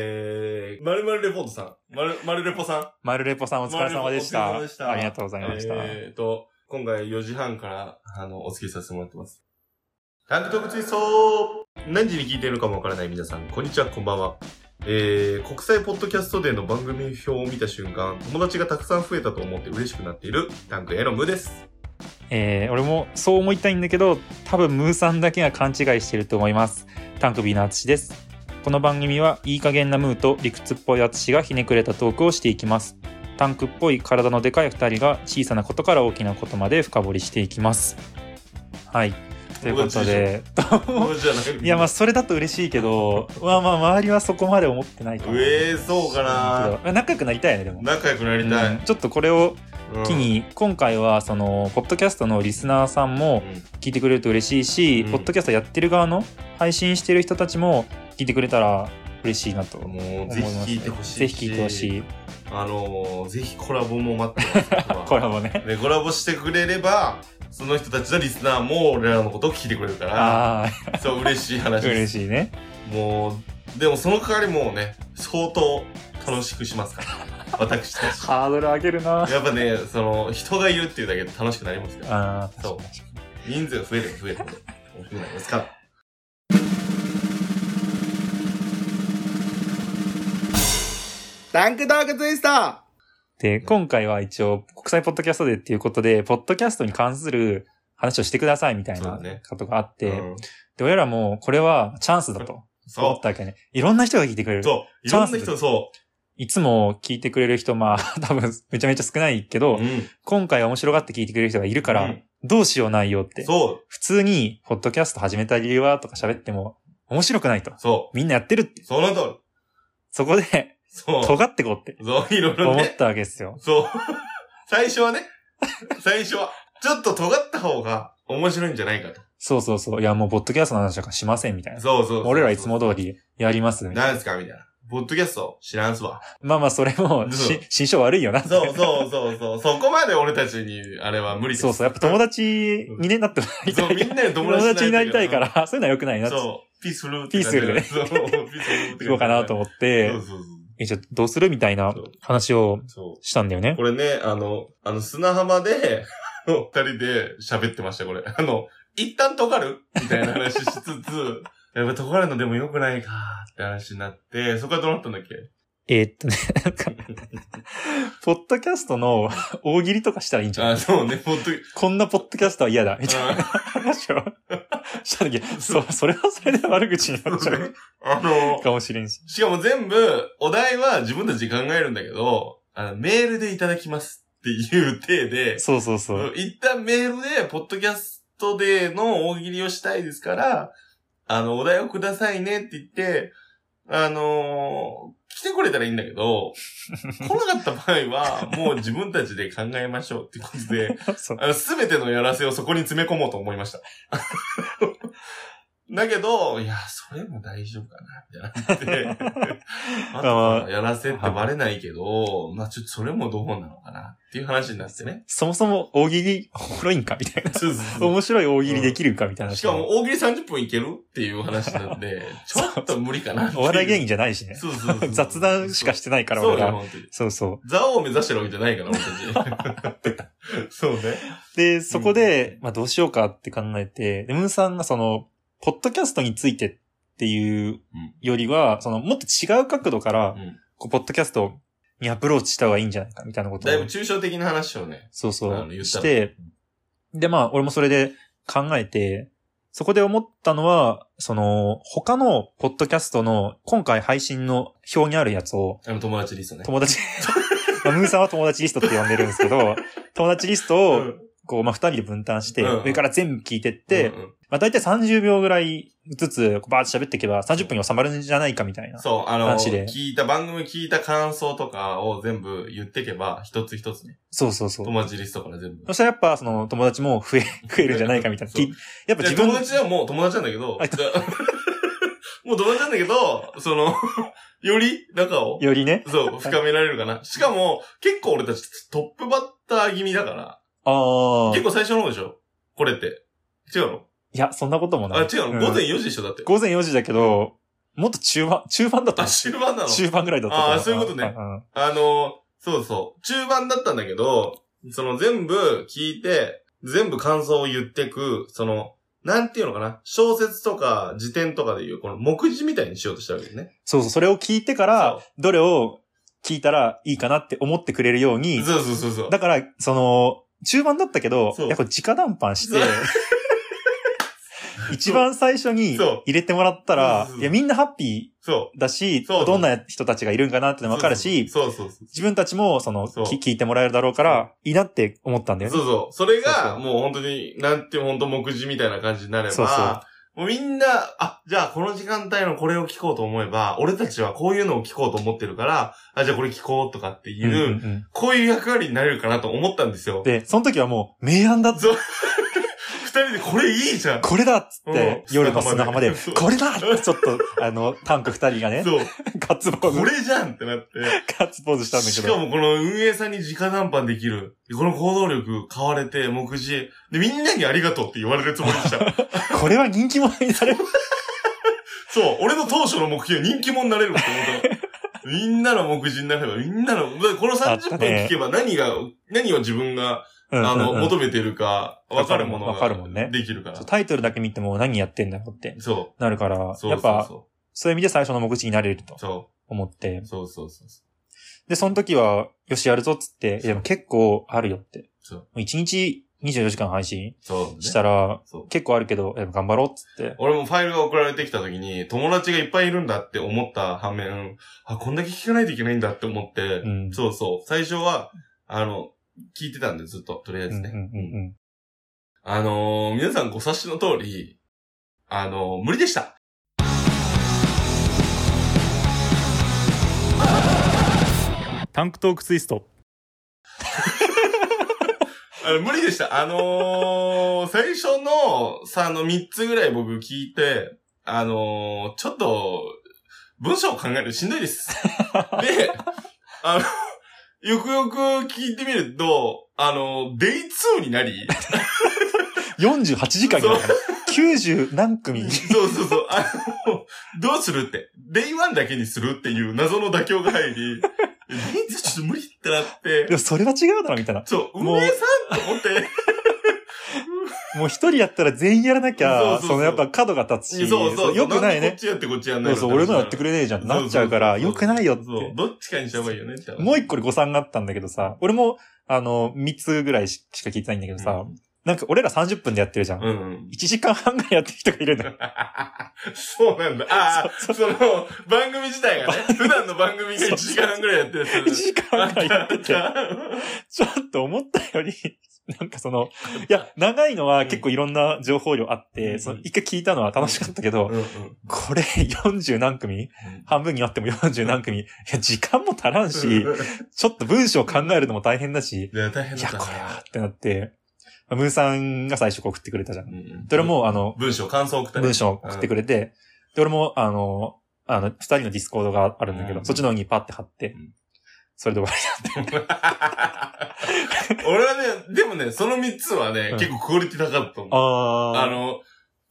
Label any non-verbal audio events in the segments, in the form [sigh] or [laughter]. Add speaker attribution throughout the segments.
Speaker 1: えー、まるまるレポートさん。まる、まるレポさん。
Speaker 2: マルレポさんお疲れ様でし
Speaker 1: マ
Speaker 2: た。
Speaker 1: ルレポお疲れ様でした
Speaker 2: ありがとうございました。
Speaker 1: えーと、今回4時半から、あの、お付き合いさせてもらってます。タンクトーク追走何時に聞いてるのかもわからない皆さん、こんにちは、こんばんは。えー、国際ポッドキャストデーの番組表を見た瞬間、友達がたくさん増えたと思って嬉しくなっている、タンクエロムです。
Speaker 2: えー俺もそう思いたいんだけど多分ムーさんだけが勘違いしてると思いますタンクビーのあつしですこの番組はいい加減なムーと理屈っぽいあつしがひねくれたトークをしていきますタンクっぽい体のでかい2人が小さなことから大きなことまで深掘りしていきますはいということで
Speaker 1: 友達じゃない
Speaker 2: いやまあそれだと嬉しいけどまあまあ周りはそこまで思ってないかも
Speaker 1: えー、そうかな
Speaker 2: 仲良くなりたいよねでも
Speaker 1: 仲良くなりた
Speaker 2: うん
Speaker 1: い。
Speaker 2: ちょっとこれを
Speaker 1: うん
Speaker 2: 機、に今回はそのポッドキャストのリスナーさんも聞いてくれると嬉しいし、
Speaker 1: うん
Speaker 2: ポッドキャストやってる側の配信してる人たちも聞いてくれたら嬉しいなと
Speaker 1: うん
Speaker 2: 思い
Speaker 1: もう、
Speaker 2: ます
Speaker 1: ぜひ聞いてほしい。
Speaker 2: ぜひ聞いてほしい。
Speaker 1: あのー、ぜひコラボも待ってます。僕は
Speaker 2: [laughs] コラボね
Speaker 1: で、コラボしてくれれば、その人たちのリスナーも俺らのことを聞いてくれるから、
Speaker 2: あ
Speaker 1: [laughs] そう、嬉しい
Speaker 2: あ
Speaker 1: 話で
Speaker 2: 嬉
Speaker 1: す。
Speaker 2: しいね
Speaker 1: もう、でもその代わりもうね、相当楽しくします
Speaker 2: [laughs]
Speaker 1: から、私たち。
Speaker 2: ハードル上げるな
Speaker 1: やっぱね、その、人がいるっていうだけで楽しくなりますから、
Speaker 2: あー
Speaker 1: そう人数が増える増える大きくなりますから。
Speaker 3: タンクトークツイスト
Speaker 2: で今回は一応国際ポッドキャストでっていうことでポッドキャストに関する話をしてくださいみたい
Speaker 1: そう
Speaker 2: な
Speaker 1: だね
Speaker 2: ことがあって、
Speaker 1: うん
Speaker 2: で俺らもこれはチャンスだと思
Speaker 1: そ
Speaker 2: ったわけねいろんな人が聞いてくれ
Speaker 1: う。
Speaker 2: る
Speaker 1: そう。い
Speaker 2: チャ
Speaker 1: ろ
Speaker 2: ン
Speaker 1: ん
Speaker 2: ス
Speaker 1: な人、そ
Speaker 2: いつも聞いてくれる人まあ [laughs] 多分めちゃめちゃ少ないけ
Speaker 1: う。
Speaker 2: ど、
Speaker 1: うん。
Speaker 2: 今回面白がって聞いてくれる人がいるから、
Speaker 1: うん
Speaker 2: どうしよう内容って。
Speaker 1: そう。
Speaker 2: 普通に、ポッドキャスト始めた理由はとか喋っても、面白くないと。
Speaker 1: そ
Speaker 2: みんなやってるって
Speaker 1: う。。その通り。
Speaker 2: そこで、
Speaker 1: そう。
Speaker 2: 尖ってこうって
Speaker 1: そう、いろいろ
Speaker 2: 思
Speaker 1: ね
Speaker 2: っ。たわけですよ。
Speaker 1: そう。 [laughs] 最初はね。最初は。ちょっと尖った方が面白いんじゃないかと。
Speaker 2: そうそうそう。いや、もう、ポッドキャストの話とかしませんみたいな。
Speaker 1: そうそうそう。
Speaker 2: 俺らいつも通りやりますみたいな。
Speaker 1: なんすかみたいな。ポッドキャスト知らんすわ。
Speaker 2: まあまあ、それも、
Speaker 1: そう
Speaker 2: し、心象悪いよなって。
Speaker 1: そうそうそうそう。そこまで俺たちに、あれは無理です。
Speaker 2: そうそう。やっぱ友達にねなってもらいた
Speaker 1: そう、み
Speaker 2: い。
Speaker 1: んなで友
Speaker 2: [laughs] 友
Speaker 1: 達
Speaker 2: 達になりたいか
Speaker 1: に
Speaker 2: ら、そういうのは良くない
Speaker 1: な
Speaker 2: な
Speaker 1: っ
Speaker 2: ってて
Speaker 1: る。そう。ピースフルって
Speaker 2: ピースフルで
Speaker 1: そう、ピースフルって
Speaker 2: いこうかなと
Speaker 1: 思
Speaker 2: 思っ
Speaker 1: そ
Speaker 2: て
Speaker 1: う、そう
Speaker 2: え、じゃあどうするみたいな
Speaker 1: そう
Speaker 2: 話を
Speaker 1: そう。そ
Speaker 2: したんだよ
Speaker 1: う。
Speaker 2: ね。
Speaker 1: [laughs] これね、あの、あの、砂浜で、 [laughs] あの二人で喋ってました、これ。あの、一旦尖るみたいな話しつつ、 [laughs] やっぱ尖るのでも良くないかって話になって、そこはどうなったんだっけ
Speaker 2: えーっとね、なん
Speaker 1: [laughs]
Speaker 2: か、ポッドキャストの [laughs] 大喜利とかしたらいいんじゃな
Speaker 1: あ、
Speaker 2: い
Speaker 1: そうね、ほんと [laughs] に。
Speaker 2: こんなポッドキャストは嫌だ、みたいな
Speaker 1: あ
Speaker 2: 話を [laughs] した時、そ、それはそれで悪
Speaker 1: [laughs]
Speaker 2: 口になっちゃう
Speaker 1: あの、
Speaker 2: かもしれんし。
Speaker 1: しかも全部、お題は自分たちで考えるんだけど、あの、メールでいただきますっていう体で、
Speaker 2: そうそうそう。
Speaker 1: 一旦メールで、ポッドキャストでの大喜利をしたいですから、あの、お題をくださいねって言って、あのー来てくれたらいいんだけど、来なかった場合は、もう自分たちで考えましょうってことで、
Speaker 2: そう
Speaker 1: あの、すべてのやらせをそこに詰め込もうと思いました。 [laughs] だけど、いや、それも大丈夫かな、みたいなって。あとはやらせってバレないけど、まあちょっとそれもどうなのかな、っていう話になって
Speaker 2: [laughs]
Speaker 1: ね。
Speaker 2: そもそも大喜利、おもろいんかみたいな。
Speaker 1: そうそうそう
Speaker 2: 面白い大喜利できるかみたいな。
Speaker 1: しかも、大喜利30分いけるっていう話なん
Speaker 2: [laughs]
Speaker 1: で、ちょっと無理かなっていう
Speaker 2: お笑い芸人じゃないしね。
Speaker 1: そうそうそう
Speaker 2: [laughs] 雑談しかしてないから、
Speaker 1: そう
Speaker 2: 俺
Speaker 1: よ、
Speaker 2: ら。
Speaker 1: 本当に。
Speaker 2: そうそ
Speaker 1: 座王を目指してるわけじゃないから、俺た
Speaker 2: [laughs]
Speaker 1: ち。そうね。
Speaker 2: う。で、そこで、まあどうしようかって考えて、でムーさんがその、ポッドキャストについてっていうよりは、その、もっと違う角度から
Speaker 1: う、ん
Speaker 2: こう、ポッドキャストにアプローチした方がいいんじゃないか、みたいなことを
Speaker 1: だいぶ抽象的な話をね。
Speaker 2: そうそ
Speaker 1: あの言ったの
Speaker 2: う、して、で、まあ、俺もそれで考えて、そこで思ったのは、その、他のポッドキャストの、今回配信の表にあるやつを、
Speaker 1: あの、友達リストね。
Speaker 2: 友
Speaker 1: [laughs]
Speaker 2: 達、まあムーさんは友達リストって呼んでるんですけど、友達リスト
Speaker 1: う
Speaker 2: を、
Speaker 1: ん
Speaker 2: こう、まあ、二人で分担して、
Speaker 1: うん
Speaker 2: 上から全部聞いてって、
Speaker 1: うんうん
Speaker 2: まあ、大体30秒ぐらいずつ、こうバーって喋っていけば、30分に収まるんじゃないかみたいな。
Speaker 1: そう、あの、
Speaker 2: 話で
Speaker 1: 聞いた、番組聞いた感想とかを全部言ってけば、一つ一つね。
Speaker 2: そうそうそう。
Speaker 1: 友達リストから全部。
Speaker 2: そしたらやっぱ、その、友達も増え、増えるんじゃないかみたいな。
Speaker 1: そう
Speaker 2: きやっぱ
Speaker 1: いや
Speaker 2: 自分
Speaker 1: 友達はもう友達なんだけど、
Speaker 2: あ
Speaker 1: じゃあ [laughs] もう友達なんだけど、その、 [laughs] より仲を、
Speaker 2: よりね。
Speaker 1: [laughs] そう、深められるかな。しかも、結構俺たちトップバッター気味だから、
Speaker 2: ああ。
Speaker 1: 結構最初の方でしょこれって。違うの
Speaker 2: いや、そんなこともない。
Speaker 1: あ、違うの
Speaker 2: ん
Speaker 1: 午前4時でしょだって。
Speaker 2: 午前4時だけど、もっと中盤、中盤だった
Speaker 1: あ、終盤なの
Speaker 2: 中盤ぐらいだったと思
Speaker 1: あーそういうことね
Speaker 2: ん
Speaker 1: あの、そうそう。中盤だったんだけど、その全部聞いて、全部感想を言ってく、その、なんていうのかな。小説とか辞典とかでいう、この目次みたいにしようとしたわけですね。
Speaker 2: そうそう、それを聞いてから、どれを聞いたらいいかなって思ってくれるように、
Speaker 1: そうそうそうそう。
Speaker 2: だから、その、中盤だったけど、
Speaker 1: そう
Speaker 2: やっぱ直談判し
Speaker 1: そ
Speaker 2: て
Speaker 1: う、
Speaker 2: [laughs] 一番最初に
Speaker 1: そう
Speaker 2: 入れてもらった
Speaker 1: そ
Speaker 2: ら
Speaker 1: うそうそ、う
Speaker 2: いや、みんなハッピ
Speaker 1: そう。
Speaker 2: ーだし、
Speaker 1: そうそう
Speaker 2: どんな人たちがいるんかなってのもわかるし、
Speaker 1: そうそうそう。
Speaker 2: 自分たちも、その、
Speaker 1: そう
Speaker 2: き聞いてもらえるだろうから、いいなって思ったんだよ
Speaker 1: そ
Speaker 2: ね。
Speaker 1: うそう。それ
Speaker 2: そう
Speaker 1: が、
Speaker 2: そう
Speaker 1: もう本当に、なんていう本当目次みたいな感じになれば、
Speaker 2: そうそう
Speaker 1: もうみんな、あ、じゃあこの時間帯のこれを聞こうと思えば、俺たちはこういうのを聞こうと思ってるから、あ、じゃあこれ聞こうとかっていう、
Speaker 2: うんうんうん
Speaker 1: こういう役割になれるかなと思ったんですよ。
Speaker 2: で、その時はもう、明暗だっ
Speaker 1: そう [laughs] 二人でこれいいじゃん。
Speaker 2: これだっつっ
Speaker 1: うん
Speaker 2: て、夜の砂浜で
Speaker 1: そう、
Speaker 2: これだってちょっと、あの、タンク二人がね、
Speaker 1: そう。
Speaker 2: ガッツポー
Speaker 1: こ
Speaker 2: ズ、
Speaker 1: れじゃんってなって。
Speaker 2: ガッツポーズしたんだけ
Speaker 1: しか
Speaker 2: ど、
Speaker 1: もこの運営さんに直談判できる。この行動力買われて、目次。で、みんなにありがとうって言われるつもりでした。
Speaker 2: これは人気者になれる。
Speaker 1: そう、俺の当初の目標、人気者になれるって思った。
Speaker 2: [laughs]
Speaker 1: みんなの目次になれば、みんなの、だからこの
Speaker 2: あっ
Speaker 1: 30
Speaker 2: た
Speaker 1: 分
Speaker 2: ね
Speaker 1: 聞けば何が、何を自分が、
Speaker 2: うん
Speaker 1: [laughs] あの、
Speaker 2: うんうん
Speaker 1: 求めてるか、わかるもの
Speaker 2: わかるもん
Speaker 1: が
Speaker 2: ね
Speaker 1: できるから
Speaker 2: そう。タイトルだけ見ても何やってんだろうって
Speaker 1: そ
Speaker 2: なるから、
Speaker 1: う。そう
Speaker 2: やっぱ、
Speaker 1: そ
Speaker 2: そういう意味で最初の目次になれると
Speaker 1: うそ
Speaker 2: 思って
Speaker 1: う。。そうそうそうそう。
Speaker 2: で、その時は、よし、やるぞっつって、いやでも結構あるよって。
Speaker 1: そう
Speaker 2: も1日24時間配信
Speaker 1: そう、ね。
Speaker 2: したら、
Speaker 1: そう。
Speaker 2: 結構あるけど、いや頑張ろうっつって。
Speaker 1: 俺もファイルが送られてきた時に、友達がいっぱいいるんだって思った反面、あ、こんだけ聞かないといけないんだって思って、
Speaker 2: ん
Speaker 1: そうそう。最初は、あの、聞いてたんで、ずっと、とりあえ
Speaker 2: うんう
Speaker 1: ず
Speaker 2: ん
Speaker 1: ね。
Speaker 2: うんうん。
Speaker 1: あのー皆さんご察しの通り、あのー無理でした。
Speaker 2: タンクトークツイスト。
Speaker 1: あの無理でした。あ [laughs] のー最初の、さ、あの、3つぐらい僕聞いて、あのーちょっと、文章を考えるのしんどい [laughs] です。で、あの、よくよく聞いてみると、あの、デイ2にな [laughs] り、
Speaker 2: 48時間やから。90何組。
Speaker 1: そうそうそう。あの、どうするって。デイ1だけにするっていう謎の妥協が入り、 [laughs] デイ2ちょっと無理ってなって
Speaker 2: で、もそれは違うだろ、みたいな。
Speaker 1: そう、
Speaker 2: もう
Speaker 1: 運営さんと思
Speaker 2: [laughs]
Speaker 1: って、
Speaker 2: もう一人やったら全員やらなき
Speaker 1: そうそ
Speaker 2: ゃ、
Speaker 1: うそう
Speaker 2: そのやっぱ角が立つ
Speaker 1: そう
Speaker 2: し、
Speaker 1: そうそう。
Speaker 2: よくない
Speaker 1: んでこ
Speaker 2: ね
Speaker 1: っ。ちやってこっちやんな
Speaker 2: そ
Speaker 1: いうの
Speaker 2: そう、俺のやってくれねえじゃんってなっちゃうから、
Speaker 1: そうそう
Speaker 2: よ
Speaker 1: そう
Speaker 2: くないよって。
Speaker 1: そう、どっちかにした方がいいよねって。
Speaker 2: もう一個で誤算があったんだけどさ、俺も、あの、3つぐらいししか聞いてないんだけどさ、なんか俺ら30分でやってるじゃ
Speaker 1: う
Speaker 2: ん。
Speaker 1: んうん。
Speaker 2: 1時間半ぐらいやってる人がいるんだよ。
Speaker 1: そうなんだ。 [laughs] ああ、その、番組自体が
Speaker 2: [laughs]
Speaker 1: ね、普段の番組が
Speaker 2: そう
Speaker 1: 1時間半ぐらいやってるや
Speaker 2: 1
Speaker 1: つ。
Speaker 2: 時間半ぐらいやってて、
Speaker 1: あったあっ
Speaker 2: ちょっと思ったより、 [laughs] なんかその、いや、長いのは結構いろんな情報量あって、
Speaker 1: うん
Speaker 2: その一回聞いたのは楽しかったけ
Speaker 1: た
Speaker 2: ど、
Speaker 1: うんうん
Speaker 2: これ40何組半分になっても40何組いや、時間も足らんし、
Speaker 1: い
Speaker 2: ちょっと文章考えるのも大変だし、
Speaker 1: や、大変
Speaker 2: い
Speaker 1: だ
Speaker 2: や、
Speaker 1: った
Speaker 2: これはってなって、まあムーさんが最初こう送ってくれたじゃん。
Speaker 1: うんうん
Speaker 2: それ、も、あの、
Speaker 1: 文章、感想送ったり
Speaker 2: 文章を送ってくれて、で、俺も、あの、あの、二人のディスコードがあるんだけど、
Speaker 1: うん
Speaker 2: そっちの方にパッて貼って、
Speaker 1: うん
Speaker 2: それで終わ
Speaker 1: 俺はね、でもね、その3つはね
Speaker 2: う、ん
Speaker 1: 結構クオリティ高かったと思う
Speaker 2: り。。
Speaker 1: [laughs]
Speaker 2: あ
Speaker 1: あの、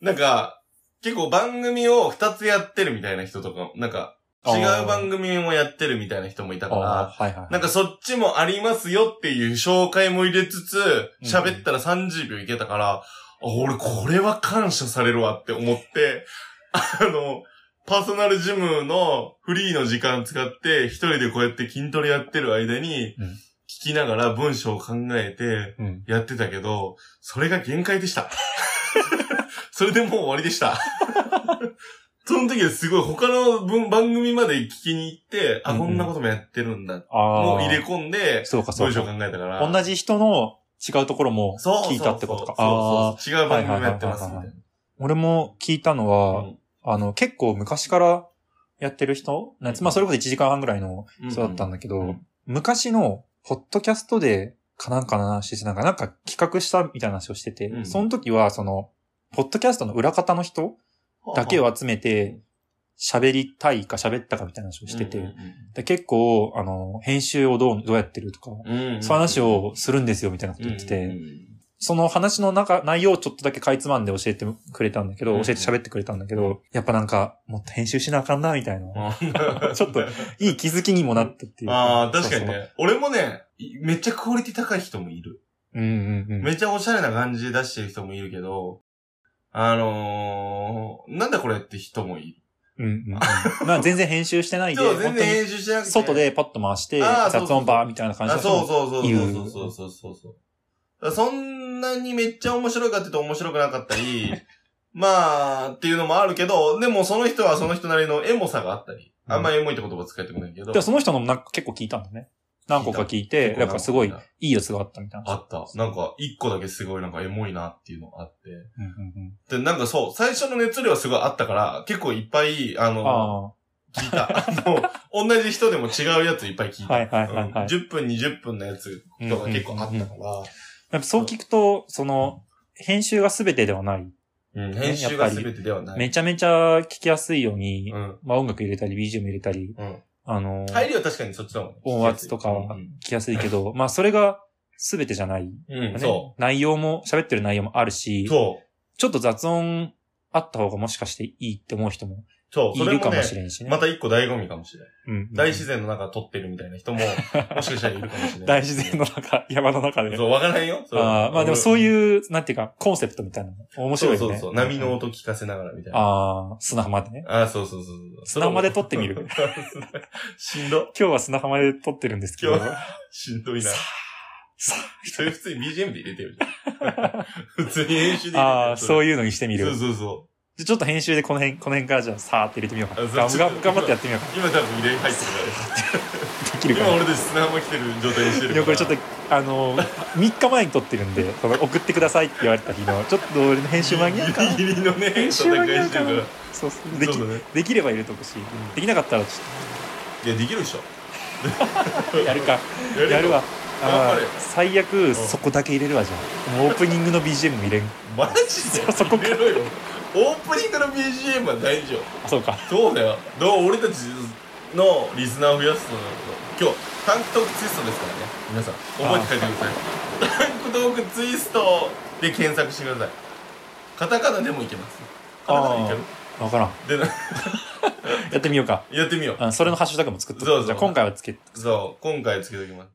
Speaker 1: なんか、結構番組を二つやってるみたいな人とか、なんか、違う番組もやってるみたいな人もいたから、
Speaker 2: はいはい。
Speaker 1: なんかそっちもありますよっていう紹介も入れつつ、喋ったら30秒いけたから、あ俺これは感謝されるわって思って、 [laughs] あの、パーソナルジムのフリーの時間使って、一人でこうやって筋トレやってる間に
Speaker 2: うん、
Speaker 1: 聞きながら文章を考えて、
Speaker 2: うん。
Speaker 1: やってたけど、それが限界でした。 [laughs] それでもう終わりでした。 [laughs] その時はすごい他の分番組まで聞きに行って、あ、
Speaker 2: うんうん
Speaker 1: こんなこともやってるんだ。
Speaker 2: ああ。
Speaker 1: もう入れ込んで、
Speaker 2: そうか、そ
Speaker 1: 文
Speaker 2: う
Speaker 1: 章
Speaker 2: か
Speaker 1: 考。えたから。
Speaker 2: 同じ人の違うところも
Speaker 1: そうそうそう
Speaker 2: 聞いたってことか。あ
Speaker 1: そ
Speaker 2: あ。
Speaker 1: うそうそう違う番組もやってますみたい
Speaker 2: はいはいはいはい
Speaker 1: な。
Speaker 2: 俺も聞いたの
Speaker 1: う
Speaker 2: は
Speaker 1: ん、
Speaker 2: あの、結構昔からやってる人のやつまあ、それこそ1時間半ぐらいの
Speaker 1: ん
Speaker 2: そうだったんだけ
Speaker 1: う
Speaker 2: ど
Speaker 1: ん、
Speaker 2: 昔の、ポッドキャストで、かなんかの話して、なんか、なんか企画したみたいな話をしてて、
Speaker 1: うん
Speaker 2: その時は、その、ポッドキャストの裏方の人だけを集めて、喋りたいか喋ったかみたいな話をしてて、
Speaker 1: うん
Speaker 2: で結構、あの、編集をどう、どうやってるとか、
Speaker 1: うんうん。
Speaker 2: そういう話をするんですよみたいなこと
Speaker 1: うんうん
Speaker 2: 言ってて、その話の中、内容をちょっとだけかいつまんで教えてくれたんだけど、
Speaker 1: うんうん
Speaker 2: 教えて喋ってくれたんだけど、やっぱなんか、もっと編集しなあかんな、みたいな。ちょっといい気づきにもなったってい
Speaker 1: [laughs]
Speaker 2: う。
Speaker 1: ああ、確かに
Speaker 2: そうそう。
Speaker 1: ね。俺もね、いめっちゃクオリティ高い人もいる。
Speaker 2: うんうんうん。
Speaker 1: めっちゃおしゃれな感じで出してる人もいるけど、あのー、なんだこれって人もい
Speaker 2: うんうんうん、 [laughs] まあ全然編集してない
Speaker 1: る。
Speaker 2: で、
Speaker 1: そう、
Speaker 2: 本
Speaker 1: 全
Speaker 2: 当
Speaker 1: 然
Speaker 2: に
Speaker 1: 編集しなくて。
Speaker 2: 外でパッと回して、
Speaker 1: あー
Speaker 2: 雑
Speaker 1: そうそう
Speaker 2: 音バーみたいな感じ
Speaker 1: あ、
Speaker 2: の人
Speaker 1: そう
Speaker 2: も
Speaker 1: そうそう
Speaker 2: い
Speaker 1: そう
Speaker 2: る
Speaker 1: そうそうそうそうそう。だからそんなにめっちゃ面白いかって言うと面白くなかったり、まあ、っていうのもあるけど、でもその人はその人なりのエモさがあったり、あんまりエモいって言葉使いたくないけど。
Speaker 2: でもその人のもなんか結構聞いたんだね。何個か聞いて、なんかすごいいいやつがあったみたいな。
Speaker 1: あった。なんか、一個だけすごいなんかエモいなっていうのがあって。
Speaker 2: うんうん
Speaker 1: で、なんかそう、最初の熱量はすごいあったから、結構いっぱい、あ
Speaker 2: うん、
Speaker 1: の、
Speaker 2: あ
Speaker 1: 聞いた。あの、同じ人でも違うやついっぱい聞いた。
Speaker 2: はいはいはいはい
Speaker 1: うん10分、20分のやつ
Speaker 2: あ。
Speaker 1: とか結構あったか
Speaker 2: やっぱそう聞くと、その、編集が全てではない。
Speaker 1: ら、うん、編集が全てではない。
Speaker 2: めちゃめちゃ聞きやすいように、
Speaker 1: うん。
Speaker 2: まあ音楽入れたり、BGM 入れたり、
Speaker 1: うん
Speaker 2: あの、
Speaker 1: 入りは確かにそっちだもんね。
Speaker 2: 音圧とかは聞きやすいけど、まあそれが全てじゃない、
Speaker 1: うん、うん
Speaker 2: ね
Speaker 1: そ
Speaker 2: 内容も、喋ってる内容もある
Speaker 1: う。
Speaker 2: し、
Speaker 1: そう。
Speaker 2: ちょっと雑音あった方がもしかしていいって思う人も
Speaker 1: そう。
Speaker 2: い
Speaker 1: それ
Speaker 2: る
Speaker 1: も
Speaker 2: か
Speaker 1: ね
Speaker 2: もし、れんしね。
Speaker 1: また一個醍醐味かもしれない。
Speaker 2: うんうん
Speaker 1: 大自然の中撮ってるみたいな人も、
Speaker 2: [laughs]
Speaker 1: もしかしたらいるかもしれない。
Speaker 2: 大自然の中、山の中で。
Speaker 1: そう、わからないよ。それは
Speaker 2: あーまあでもそういう、なんていうか、コンセプトみたいなの。面白いよ
Speaker 1: そ
Speaker 2: ね。
Speaker 1: うそうそう。波の音聞かせながらみたいな。あ
Speaker 2: ああ、砂浜でね。
Speaker 1: あー、そうそうそうそう。
Speaker 2: 砂浜で撮ってみる。
Speaker 1: [laughs] しんど。
Speaker 2: 今日は砂浜で撮ってるんですけど。
Speaker 1: 今しんどいな
Speaker 2: さ。さ
Speaker 1: それ普通に BGM で入れてるじゃん。普通に編集で入れてる。
Speaker 2: ああ、そう
Speaker 1: いう。
Speaker 2: いうのにしてみる
Speaker 1: そう。そうそ
Speaker 2: じゃちょっと編集でこの辺、この辺からじゃあ、さーって入れてみようか。
Speaker 1: あそう
Speaker 2: が
Speaker 1: ちょっ
Speaker 2: が
Speaker 1: と
Speaker 2: 頑張ってやってみようか。
Speaker 1: う。今多分入れ入って
Speaker 2: [laughs] でき
Speaker 1: る
Speaker 2: る
Speaker 1: か。今
Speaker 2: からな。
Speaker 1: 俺たち砂浜来てる状態にしてる
Speaker 2: い
Speaker 1: から。
Speaker 2: や、これちょっと、あの [laughs] ー、3日前に撮ってるんで、この送ってくださいって言われた日の、ちょっと俺の編集間に合
Speaker 1: [laughs]
Speaker 2: うかな。
Speaker 1: ギリギリのね、
Speaker 2: 編集間に合うかな
Speaker 1: 戦いしてる
Speaker 2: そうそう。でき
Speaker 1: そうだね、
Speaker 2: できれば入れとくし、できなかったらちょ
Speaker 1: いや、できるでしょ。
Speaker 2: っと [laughs] やるか。
Speaker 1: や
Speaker 2: やるわ。
Speaker 1: 頑張
Speaker 2: あ
Speaker 1: れよ
Speaker 2: ー最悪、そこだけ入れるわ、じゃあ。もうオープニングの BGM も入れん。
Speaker 1: マジで
Speaker 2: そこ [laughs] か
Speaker 1: 入れろよ。オープニングの BGM は大丈夫。
Speaker 2: あ、そうか。
Speaker 1: そうだよ。どう俺たちのリスナーを増やすとなると、今日、タンクトークツイストですからね。皆さん、覚えて帰ってください。タンクトークツイストで検索してください。カタカナでもいけます。カタカナでいける
Speaker 2: わからん。
Speaker 1: でな、
Speaker 2: やってみようか。
Speaker 1: やってみよう。
Speaker 2: うんそれのハッシュタグも作っとく
Speaker 1: そうそう
Speaker 2: じゃあ今回はつけ、
Speaker 1: そう、今回つけときます。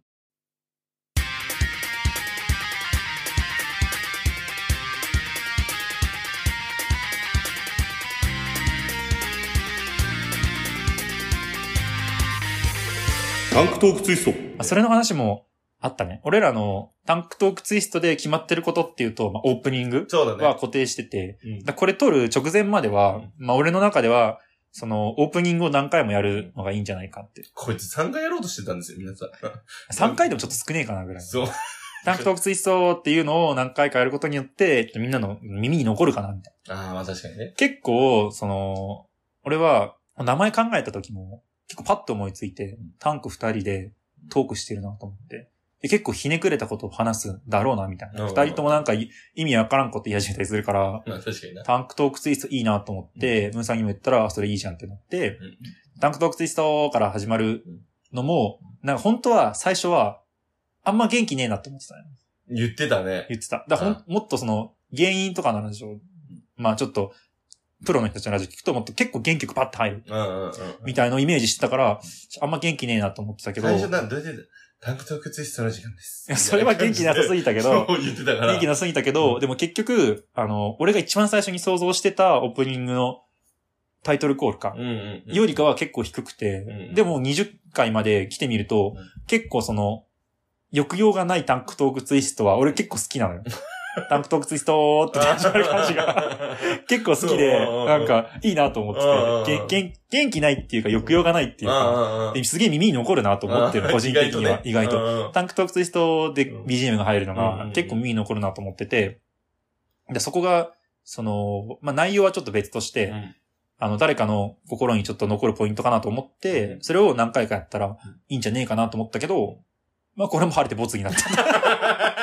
Speaker 1: タンクトークツイスト。
Speaker 2: あそれの話もあったね。俺らのタンクトークツイストで決まってることっていうと、まあ、オープニング
Speaker 1: そうだ
Speaker 2: は
Speaker 1: ね。
Speaker 2: 固定してて、
Speaker 1: うん
Speaker 2: だこれ撮る直前までは、
Speaker 1: うん
Speaker 2: まあ、俺の中では、その、オープニングを何回もやるのがいいんじゃないかって。
Speaker 1: こいつ3回やろうとしてたんですよ、皆さ
Speaker 2: [laughs]
Speaker 1: ん。
Speaker 2: 3回でもちょっと少ねえかなぐらい。
Speaker 1: そう。
Speaker 2: タンクトークツイストっていうのを何回かやることによって、えっとみんなの耳に残るかなみたい
Speaker 1: ああ、まあ確かにね。
Speaker 2: な。結構、その、俺は、名前考えた時も、結構パッと思いついて、タンク二人でトークしてるなと思って。で結構ひねくれたことを話すだろうな、みたい
Speaker 1: うん
Speaker 2: な。二人ともなんかい意味わからんこと言い始めたりするから、
Speaker 1: まあ確かにな。
Speaker 2: タンクトークツイストいいなと思って、ムーさんにも言ったら、あそれいいじゃんってなって、
Speaker 1: うん
Speaker 2: タンクトークツイストから始まるのも、なんか本当は最初は、あんま元気ねえなって思ってたね。
Speaker 1: 言ってたね。
Speaker 2: 言ってた。だからほんもっとその、原因とかの話を、まあちょっと、プロの人たちの話聞くと、もっと結構元気よくパッて入る。
Speaker 1: うんうんうん。
Speaker 2: みたいなイメージしてたから、あんま元気ねえなと思ってたけど、
Speaker 1: 最初
Speaker 2: い
Speaker 1: な、どうやってタンクトークツイストの時間です。
Speaker 2: やそれは元気なさすぎたけど、
Speaker 1: [laughs] そう言ってたから。
Speaker 2: 元気なさすぎたけ
Speaker 1: う
Speaker 2: ど、
Speaker 1: ん
Speaker 2: でも結局、あの、俺が一番最初に想像してたオープニングのタイトルコールか
Speaker 1: う、んうんうん。
Speaker 2: よりかは結構低くて、
Speaker 1: うん
Speaker 2: でも20回まで来てみると、
Speaker 1: うん
Speaker 2: 結構その、抑揚がないタンクトークツイストは、俺結構好き
Speaker 1: [laughs]
Speaker 2: なのよ。タンクトークツイストーって始まる感じが。結構好きで、
Speaker 1: うんうんうん
Speaker 2: なんか、いいなと思って
Speaker 1: うんうんう
Speaker 2: て
Speaker 1: ん、
Speaker 2: げん元気ないっていうか、抑揚がないっていうか、
Speaker 1: ああ
Speaker 2: ですげえ耳に残るなと思ってる、個人的には、意外と。
Speaker 1: と
Speaker 2: タンクトークツイストで
Speaker 1: うん
Speaker 2: BGM が入るの
Speaker 1: うんうんう
Speaker 2: が
Speaker 1: ん
Speaker 2: 結構耳に残るなと思ってて、で、そこが、その、まあ、内容はちょっと別として、
Speaker 1: うん
Speaker 2: あの、誰かの心にちょっと残るポイントかなと思って、
Speaker 1: うん
Speaker 2: それを何回かやったらいいんじゃねえかなと思ったけど、まあ、これも晴れてボツになった。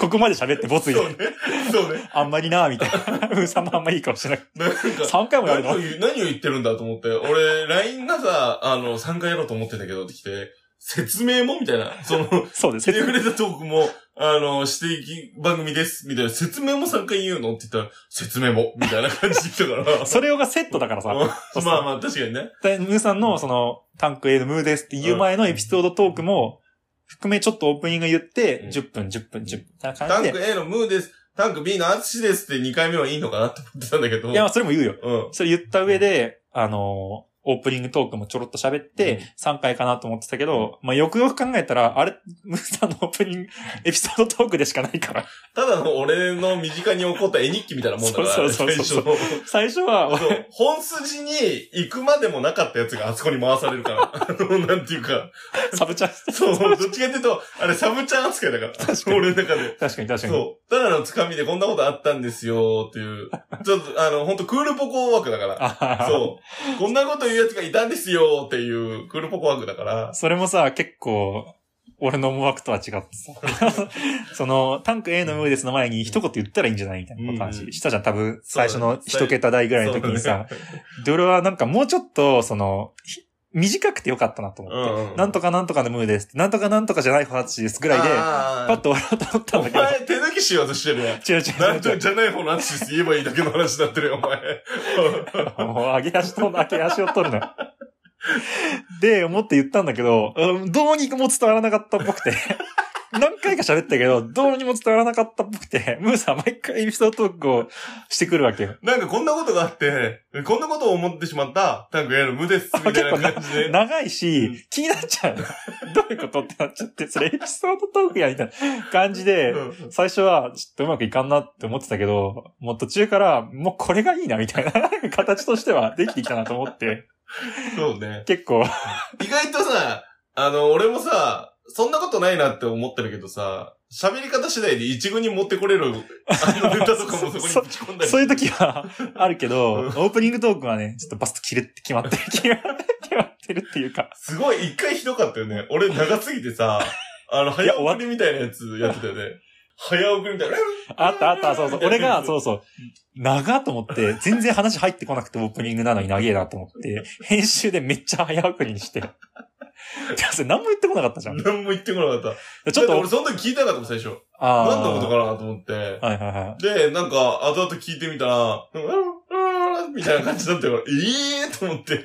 Speaker 2: ここまで喋ってボツ
Speaker 1: そう
Speaker 2: に
Speaker 1: ね
Speaker 2: なった。。
Speaker 1: そうね。
Speaker 2: あんまりなぁ、みたいな。うんさんもあんまいいかもしれない。
Speaker 1: なんか、
Speaker 2: 3回もやる
Speaker 1: 何
Speaker 2: の
Speaker 1: を言う何を言ってるんだと思って、俺、LINE がさ、あの、3回やろうと思ってんだけどって来て、説明もみたいな、その、
Speaker 2: そうです。
Speaker 1: ひねくれたトークも、あの、していき、番組です、みたいな、説明も3回言うのって言ったら、説明も、みたいな感じで来たから。
Speaker 2: [laughs] それがセットだからさ。
Speaker 1: うんまあまあ、確かにね。
Speaker 2: でムーさんのその、タンク A のムーですって言う前のエピソードトークも、含めちょっとオープニング言って、
Speaker 1: うん
Speaker 2: 10分、10分、10分、みたいな
Speaker 1: タ
Speaker 2: 感じ
Speaker 1: ンク
Speaker 2: で。
Speaker 1: A のムーです。タンク B のアツシですって2回目はいいのかなって思ってたんだけど。
Speaker 2: いや、まあそれも言うよ。
Speaker 1: うん。
Speaker 2: それ言った上で、あのー、オープニングトークもちょろっと喋って
Speaker 1: うん、
Speaker 2: 3回かなと思ってたけど、まあ、よくよく考えたら、あれ、ムーさんのオープニン
Speaker 1: [laughs]
Speaker 2: グ、エピソードトークでしかないから。
Speaker 1: ただの俺の身近に起こった絵日記みたいなもんだから、
Speaker 2: そうそうそうそう
Speaker 1: 最初
Speaker 2: 最初
Speaker 1: [laughs]
Speaker 2: は、
Speaker 1: そう本筋に行くまでもなかったやつがあそこに回される
Speaker 2: [laughs]
Speaker 1: から。あの、なんていうか。
Speaker 2: サブチャンス。
Speaker 1: そう、どっちかっていうと、あれサブチャン扱いだから。
Speaker 2: 確かに
Speaker 1: 俺の中で。
Speaker 2: 確かに確かに。
Speaker 1: そう。ただのつかみでこんなことあったんですよ、っていう。ちょっと、あの、ほんとクールポコ枠だから。
Speaker 2: あはは
Speaker 1: そう。こんなこと言うやつがいたんですよ、っていうクールポコ枠だから。
Speaker 2: それもさ、結構、俺の思惑とは違って
Speaker 1: [laughs]
Speaker 2: さ。その、タンク A のムーですの前に一言言ったらいいんじゃないみたいな
Speaker 1: うんう
Speaker 2: 話
Speaker 1: ん
Speaker 2: したじゃん。多分、
Speaker 1: そうだ
Speaker 2: 最
Speaker 1: ね
Speaker 2: 初の一桁台ぐらいの時にさ。で、俺はなんかもうちょっと、その、ひ短くてよかったなと思っ
Speaker 1: う
Speaker 2: て。
Speaker 1: んうん
Speaker 2: [laughs] なんとかなんとかのムーです。なんとかなんとかじゃない話ですぐらいで、
Speaker 1: あー
Speaker 2: パッと笑おうと思ったん
Speaker 1: お
Speaker 2: だけど。
Speaker 1: 前、手抜きしようとしてるやん。
Speaker 2: 違う違
Speaker 1: な
Speaker 2: うん
Speaker 1: とじゃない方の話です。言えばいいだけの話になってるよ、お前。
Speaker 2: 違う。もう上げ足と、上げ足を取るの。で、思って言ったんだけど、うんどうにも伝わらなかったっぽくて。 [laughs] 何回か喋ったけど、どうにも伝わらなかったっぽくて、ムーさん毎回エピソードトークをしてくるわけよ。
Speaker 1: なんかこんなことがあって、こんなことを思ってしまった、タンクやる無です、みたいな感じで。
Speaker 2: 長いうし、気になっちゃうの。どういうことってなっちゃって、それエピソードトークや、みたいな感じで、
Speaker 1: うん
Speaker 2: 最初は、ちょっとうまくいかんなって思ってたけど、もう途中から、もうこれがいいな、みたいな、形としてはできてきたなと思って、
Speaker 1: そうね。
Speaker 2: 結構、
Speaker 1: 意外とさ、あの、俺もさ、そんなことないなって思ってるけどさ、喋り方次第で一軍に持ってこれる、あのネタとかもそこにぶち込んだり。
Speaker 2: そういう時はあるけど、
Speaker 1: うん
Speaker 2: オープニングトークはね、ちょっとバスと切るって決まってる、決まって決まってるっていうか、
Speaker 1: すごい、一回ひどかったよね。俺長すぎてさ、あの、早送りみたいなやつやってたよね。早送りみたいな。
Speaker 2: あったあった、そうそう、俺が、そうそう、長っと思って、全然話入ってこなくてオープニングなのに長えなと思って、編集でめっちゃ早送りにして、でも [laughs] それ何も言ってこなかったじゃん。ち
Speaker 1: 何も言ってこなかっ
Speaker 2: ょ
Speaker 1: た。だ
Speaker 2: っ
Speaker 1: って
Speaker 2: と
Speaker 1: 俺、その時聞いたかったもん、最初。
Speaker 2: あー
Speaker 1: 何のことかなと思って。
Speaker 2: はいはいはい。
Speaker 1: で、なんか、後々聞いてみたら、うんうんうんみたいな感じだったから、ええー、と思って。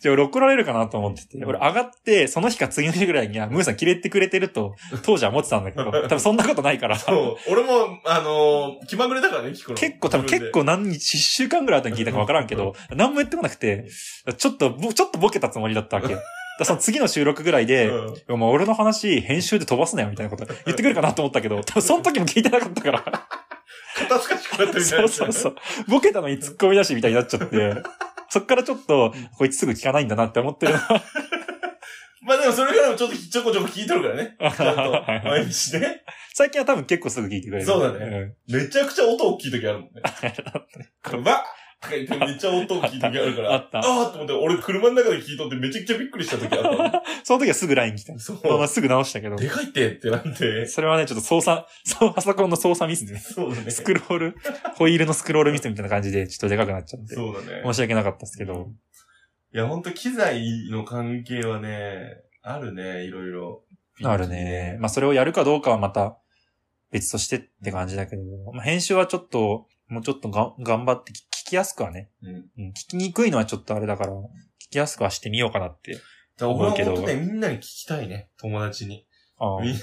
Speaker 2: じゃあ俺怒られるかなと思ってて、俺上がって、その日か次の日ぐらいに、あ、ムーさんキレてくれてると、当時は思ってたんだけど、多分そんなことないから。
Speaker 1: そう。俺も、あのー気まぐれだからね、聞くの。
Speaker 2: 結構多分
Speaker 1: 自分で
Speaker 2: 結。構何日、1週間ぐらい後に聞いたか分からんけど、何も言ってこなくて、ちょっとぼ、ちょっとボケたつもりだったわけよ。だからその次の収録ぐらいで、
Speaker 1: うん
Speaker 2: お前俺の話編集で飛ばすなよみたいなこと言ってくるかなと思ったけど、多分その時も聞いてなかったから。
Speaker 1: 肩すかしくなったみたい
Speaker 2: そ
Speaker 1: な。
Speaker 2: うそうそう。ボケたのに突っ込み出しみたいになっちゃって、そっからちょっと、こいつすぐ聞かないんだなって思ってるのは。
Speaker 1: まあでもそれからもちょっとちょこちょこ聞いとるからね。ちゃんと毎日ね。
Speaker 2: 最近は多分結構すぐ聞いてくれる。
Speaker 1: そうだね
Speaker 2: ん。
Speaker 1: めちゃくちゃ音大きい時あるもん
Speaker 2: [laughs]
Speaker 1: ね。わっとか言ってめっちゃ音大きい時あるから。
Speaker 2: あったあっ
Speaker 1: あーって思って、俺車の中で聞いとってめちゃくちゃびっくりした時あったも
Speaker 2: その時はすぐ LINE 来た
Speaker 1: ん。そ
Speaker 2: [laughs] まあまあ
Speaker 1: う。
Speaker 2: すぐ直したけど。
Speaker 1: でかいってってなんて。
Speaker 2: それはね、ちょっと操作、 [laughs] そう、パソコンの操作ミスでね。
Speaker 1: そうだね。
Speaker 2: スクロール、 [laughs] ホイールのスクロールミスみたいな感じで、ちょっとでかくなっちゃって。
Speaker 1: そうだね。
Speaker 2: 申し訳なかったですけど。
Speaker 1: いや、ほんと機材の関係はね、あるね、いろいろ。
Speaker 2: あるね。。まあ、それをやるかどうかはまた別としてって感じだけど、まあ、編集はちょっと、もうちょっとがん頑張って聞聞きやすくはね、
Speaker 1: うん。
Speaker 2: うん聞きにくいのはちょっとあれだから、聞きやすくはしてみようかなって。
Speaker 1: だから俺はほんと
Speaker 2: 思うけ
Speaker 1: ね、みんなに聞きたいね、友達に。
Speaker 2: ああ
Speaker 1: みんな、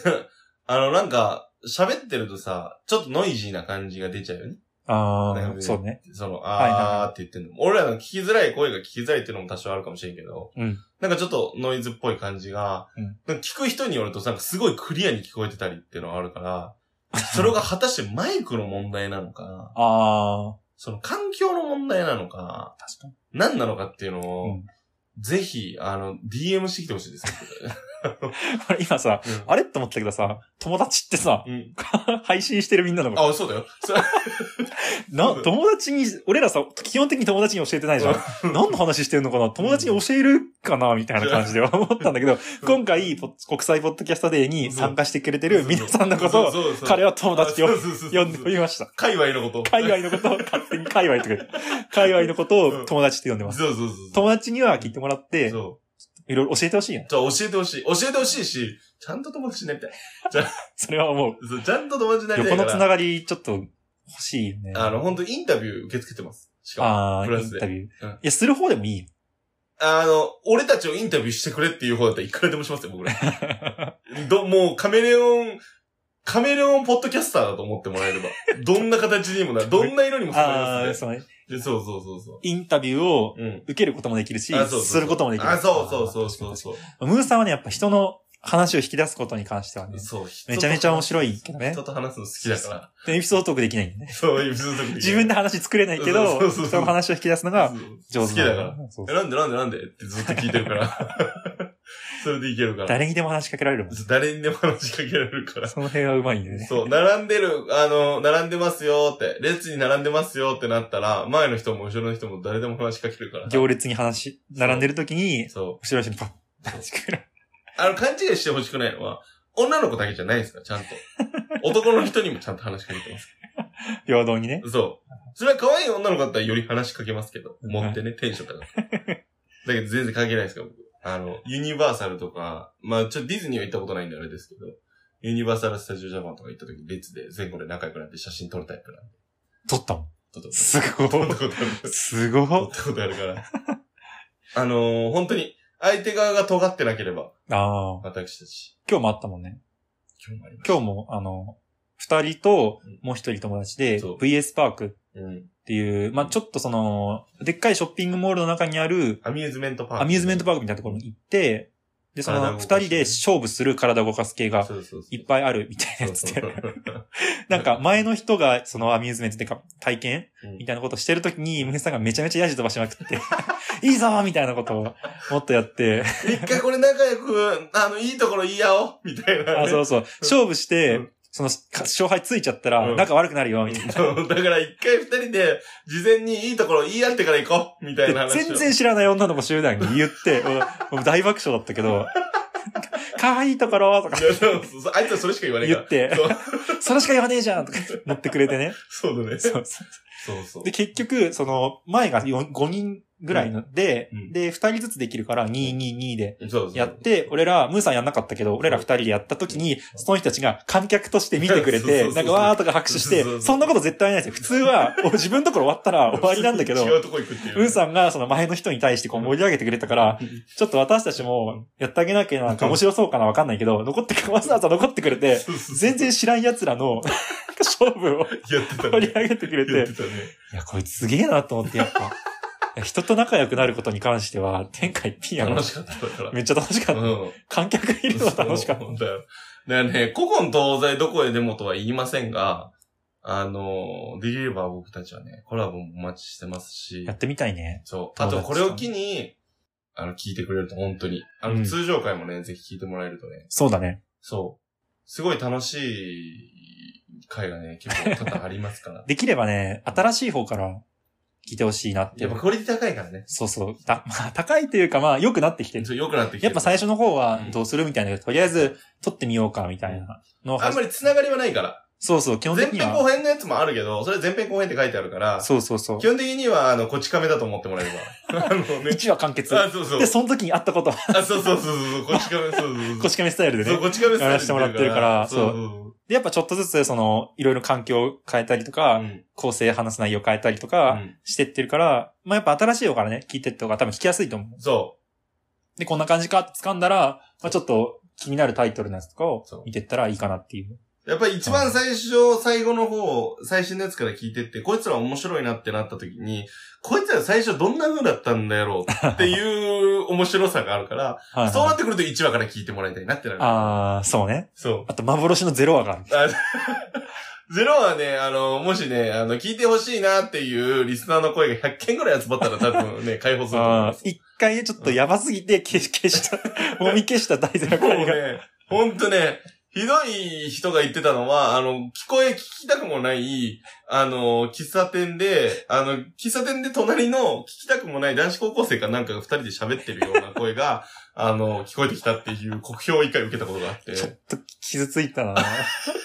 Speaker 1: あの、なんか、喋ってるとさ、ちょっとノイジーな感じが出ちゃうよね。
Speaker 2: あ
Speaker 1: ね
Speaker 2: あ、そうね。
Speaker 1: その、
Speaker 2: いはい
Speaker 1: あーって言ってんの。俺らの聞きづらい声が聞きづらいっていうのも多少あるかもしれんけど、
Speaker 2: うん。
Speaker 1: なんかちょっとノイズっぽい感じが、
Speaker 2: うん
Speaker 1: なんか聞く人によるとなんかすごいクリアに聞こえてたりっていうのがあるから、それが果たしてマイクの問題なのか、
Speaker 2: ああ、
Speaker 1: その環境の問題なのか、
Speaker 2: 確かに。 [laughs]
Speaker 1: 何なのかっていうのを、
Speaker 2: うん
Speaker 1: ぜひ、あの、DM してきてほしいです。
Speaker 2: これ今さ、あれって思ってたけどさ、友達ってさ、 [laughs]
Speaker 1: うんうん
Speaker 2: 配信してるみんなのこと
Speaker 1: あ、そうだよ。そ
Speaker 2: な
Speaker 1: うん、
Speaker 2: 友達に、俺らさ、基本的に友達に教え [laughs] てないじゃん。何の話してるのかな友達に教えるかなみたいな感じで思ったんだけど、今回、ポッ国際ポッドキャストデーに参加してくれてる皆さんのことを、
Speaker 1: を
Speaker 2: 彼
Speaker 1: は
Speaker 2: は友達
Speaker 1: を
Speaker 2: を
Speaker 1: 呼
Speaker 2: 呼んでおりました。
Speaker 1: 界隈のこと。
Speaker 2: 海外のことを、勝手に界隈とか言う、界隈のことを友達って呼んでます。
Speaker 1: そうそうそうそう。
Speaker 2: 友達には聞いてもらって、
Speaker 1: そ
Speaker 2: いろいろ教えてほしいよね。
Speaker 1: じゃあ教えてほしい。教えてほしいし、ちゃんと友達になりたい。
Speaker 2: それは思う。
Speaker 1: そうちゃんと友達になりた
Speaker 2: 横
Speaker 1: いか
Speaker 2: の
Speaker 1: ら。
Speaker 2: つながり、ちょっと欲しいよね。
Speaker 1: あの、本当インタビュー受け付けてます。しかも。
Speaker 2: あ
Speaker 1: プ
Speaker 2: あ、
Speaker 1: ラ
Speaker 2: イン
Speaker 1: スで
Speaker 2: タビュー。
Speaker 1: うん
Speaker 2: いや、する方でもいいよ。
Speaker 1: あの、俺たちをインタビューしてくれっていう方だったらいくらでもしますよ、僕ら。 [laughs] ど、もうカメレオン、カメレオンポッドキャスターだと思ってもらえれば。どんな形に
Speaker 2: [laughs]
Speaker 1: もなる、どんな色にも染まり
Speaker 2: あ
Speaker 1: ま
Speaker 2: あ、
Speaker 1: す
Speaker 2: その、
Speaker 1: ね。でそうそうそうそ
Speaker 2: インタビューを
Speaker 1: う。うん。
Speaker 2: 受けることもできるし、
Speaker 1: あそうそうそう
Speaker 2: することもできる。
Speaker 1: あ、そうそうそうそうそう。
Speaker 2: う。ムーさんはね、やっぱ人の話を引き出すことに関してはね、
Speaker 1: そう。
Speaker 2: めちゃめちゃ面白いけどね
Speaker 1: 人と話すの好きだから。
Speaker 2: エピソードトークできないんでね。
Speaker 1: そういう風俗
Speaker 2: 自分
Speaker 1: だ
Speaker 2: で話作れないけど
Speaker 1: そう、そうそうそう
Speaker 2: 人の話を引き出すのが上
Speaker 1: 好
Speaker 2: 手
Speaker 1: き
Speaker 2: な
Speaker 1: だから。。
Speaker 2: そう
Speaker 1: え
Speaker 2: そう
Speaker 1: なんでなんでなんでってずっと聞いてる
Speaker 2: [laughs]
Speaker 1: から。それでいけるから。
Speaker 2: 誰にでも話しかけられるもん。
Speaker 1: 誰にでも話しかけられるから。
Speaker 2: その辺はうまいんだよね。
Speaker 1: そう、並んでる、あの、並んでますよって、列に並んでますよってなったら、前の人も後ろの人も誰でも話しかけるから。
Speaker 2: 行列に話し、並んでる時に、
Speaker 1: そう。
Speaker 2: 後ろ足にパッ、話しかけられる。
Speaker 1: あの、勘違いしてほしくないのは、女の子だけじゃないですから、ちゃんと。 [laughs] 男の人にもちゃんと話しかけてます。
Speaker 2: 平等にね。
Speaker 1: そう。それは可愛い女の子だったらより話しかけますけど、持って
Speaker 2: [laughs]
Speaker 1: ね、テンション高く。だけど全然関係ないですから、僕。あの、ユニバーサルとか、まあちょっとディズニーは行ったことないんであれですけど、ユニバーサル・スタジオ・ジャパンとか行った時、列で前後で仲良くなって写真撮るタイプなんで。
Speaker 2: 撮ったもん。
Speaker 1: ちょっと
Speaker 2: すご
Speaker 1: 撮った
Speaker 2: い。
Speaker 1: ことある。
Speaker 2: すごい。
Speaker 1: 撮ったことあるから。 [laughs] あのー、本当に、相手側が尖ってなければ、
Speaker 2: ああ。
Speaker 1: 私たち。
Speaker 2: 今日もあったもんね。
Speaker 1: 今日もありま
Speaker 2: 今日も、あの、二人と
Speaker 1: うん、
Speaker 2: もう一人友達で、
Speaker 1: そう
Speaker 2: VS パークっ
Speaker 1: うん。
Speaker 2: ていう、まあ、ちょっとその、でっかいショッピングモールの中にある、
Speaker 1: アミューズメントパーク。
Speaker 2: アミューズメントパークみたいなところに行って、で、そ
Speaker 1: 体を動
Speaker 2: の、二
Speaker 1: かして
Speaker 2: 人で勝負する体を動かす系が、
Speaker 1: そうそうそう。
Speaker 2: [laughs] いっぱいあるみたいなやつ
Speaker 1: そう
Speaker 2: で
Speaker 1: そ。う
Speaker 2: [laughs] なんか、前の人が、そのアミューズメントっていうか、体験
Speaker 1: うん
Speaker 2: みたいなことしてるときに、ムヘさんがめちゃめちゃヤジ飛ばしまく
Speaker 1: [laughs]
Speaker 2: って、いいぞーみたいなことを、もっとやって、
Speaker 1: 一回これ仲良く、あの、いいところ言い合おうみたいな、ね。
Speaker 2: あ、そうそう、勝負し
Speaker 1: う
Speaker 2: て
Speaker 1: ん、
Speaker 2: その、か勝敗ついちゃったら
Speaker 1: う、ん
Speaker 2: 仲悪くなるよ、みたいな。
Speaker 1: そうだから一回二人で、事前にいいところ言い合ってから行こうみたいな話を。
Speaker 2: 全然知らない女の子集団に言って、 [laughs] もうもう大爆笑だったけど、 [laughs] 可愛いところとか
Speaker 1: いやそうそうそうあいつはそれしか言わない
Speaker 2: 言
Speaker 1: から
Speaker 2: っ。て、
Speaker 1: そう
Speaker 2: それしか言わねえ
Speaker 1: [laughs]
Speaker 2: じゃんとか乗ってくれてね。
Speaker 1: そうだね。
Speaker 2: そうそ
Speaker 1: そうそうう
Speaker 2: で、。結局、その、前が4 5人ぐらいので、
Speaker 1: うん
Speaker 2: で、2人ずつできるから222で
Speaker 1: そうそう
Speaker 2: やって、俺ら、ムーさんやんなかったけど、俺ら2人でやった時に、その人たちが観客として見てくれ
Speaker 1: そ
Speaker 2: て、
Speaker 1: うそうそうそう
Speaker 2: なんかわーとか拍手して
Speaker 1: そうそう、そう
Speaker 2: そんなこと絶対ないですよ。普通
Speaker 1: [laughs]
Speaker 2: は、お自分のところ終わったら終わりなんだけど、
Speaker 1: 違うとこ行くっていう。
Speaker 2: ムーさんがその前の人に対してこう盛り上げてくれたから、ちょっと私たちもやってあげなきゃなんか面白そうかなわかんないけど、残って、わざわざ残ってくれて、
Speaker 1: そうそうそう
Speaker 2: 全然知らん奴らの勝負を
Speaker 1: やってたね
Speaker 2: 盛り上げてくれ、
Speaker 1: やっててたね。
Speaker 2: いや、こいつすげえなと思ってやっぱ、いや人と仲良くなることに関しては、天下一品やな
Speaker 1: 楽。しかったから。
Speaker 2: めっちゃ楽しかった。
Speaker 1: うん。
Speaker 2: 観客がいるのは楽しかった。
Speaker 1: そうだよ。だからね、古今東西どこへでもとは言いませんが、あの、できれば僕たちはね、コラボもお待ちしてますし
Speaker 2: や、ってみたいね。
Speaker 1: そう。あとこれを機に、あの、聞いてくれると本当に。あ
Speaker 2: うん
Speaker 1: の、通常回もね、ぜひ聞いてもらえるとね、
Speaker 2: そうだね。。
Speaker 1: そう。すごい楽しい回がね、結構多々ありますから
Speaker 2: [laughs] できればね、新しい方から聞いてほしいなって
Speaker 1: やっ。ぱクオリティ高いからね。
Speaker 2: そうそう。た [laughs] まあ、高いというか、まあ、良くなってきてる。
Speaker 1: そう良くなってきて
Speaker 2: やっ
Speaker 1: る
Speaker 2: ぱ最初の方は
Speaker 1: うん
Speaker 2: どうするみたいな、とりあえず撮ってみようかみたいなのを
Speaker 1: あんまり繋がりはないから。
Speaker 2: そうそう、基本
Speaker 1: 前
Speaker 2: 的に
Speaker 1: 編後
Speaker 2: は。
Speaker 1: 編のやつもあるけど、それ前編後編って書いてあるから、
Speaker 2: そうそうそう
Speaker 1: 基。本的には、あの、こち亀だと思ってもらえれ
Speaker 2: [laughs]
Speaker 1: ば。あのね。
Speaker 2: 1話完結。
Speaker 1: あ、そうそう
Speaker 2: で、。その時にあったことは、
Speaker 1: あ、そうそうそうそう。こち亀、そうそうそう。
Speaker 2: 腰かめスタイルで
Speaker 1: そう、
Speaker 2: ね。
Speaker 1: こち亀
Speaker 2: やらせてもらってるから
Speaker 1: そう
Speaker 2: そ
Speaker 1: そう
Speaker 2: で、やっぱちょっとずつ、その、いろいろ環境を変えたり
Speaker 1: そ
Speaker 2: と
Speaker 1: う。
Speaker 2: か、
Speaker 1: ん。
Speaker 2: 構成、話す内容を変えたりとか、
Speaker 1: うん
Speaker 2: してってるから、まあやっぱ新しい方からね、聞いてって方が多分聞きやすいと思。
Speaker 1: そう
Speaker 2: で、こんな感じかって掴んだら、まあちょっと気になるタイトルのやつとかを
Speaker 1: そう
Speaker 2: 見てったらいいかなっていう。
Speaker 1: う。やっぱり一番最初、最後の方、最新のやつから聞いてって、こいつら面白いなってなった時に、こいつら最初どんな風だったんだやろうっていう面白さがある
Speaker 2: [laughs]
Speaker 1: から、
Speaker 2: はいはい
Speaker 1: そうなってくると1話から聞いてもらいたいなってなる。
Speaker 2: あー、そうね。
Speaker 1: そう。
Speaker 2: あと、幻のゼロ話がある。
Speaker 1: あ [laughs] ゼロはね、あの、もしね、あの、聞いてほしいなっていうリスナーの声が100件ぐらい集まったら多分ね、解放すると思い
Speaker 2: あ
Speaker 1: ま
Speaker 2: あ
Speaker 1: す。
Speaker 2: 一回ね、ちょっとやばすぎて消し、消した、もみ消した大事な
Speaker 1: もう
Speaker 2: 声が。
Speaker 1: ね、ほんとね、ひどい人が言ってたのは、あの、聞こえ聞きたくもない、あの、喫茶店で、あの、喫茶店で隣の聞きたくもない男子高校生かなんかが二人で喋ってるような声
Speaker 2: [laughs]
Speaker 1: が、あの、聞こえてきたっていう酷評を一回受けたことがあって。
Speaker 2: ちょっと傷ついたなっ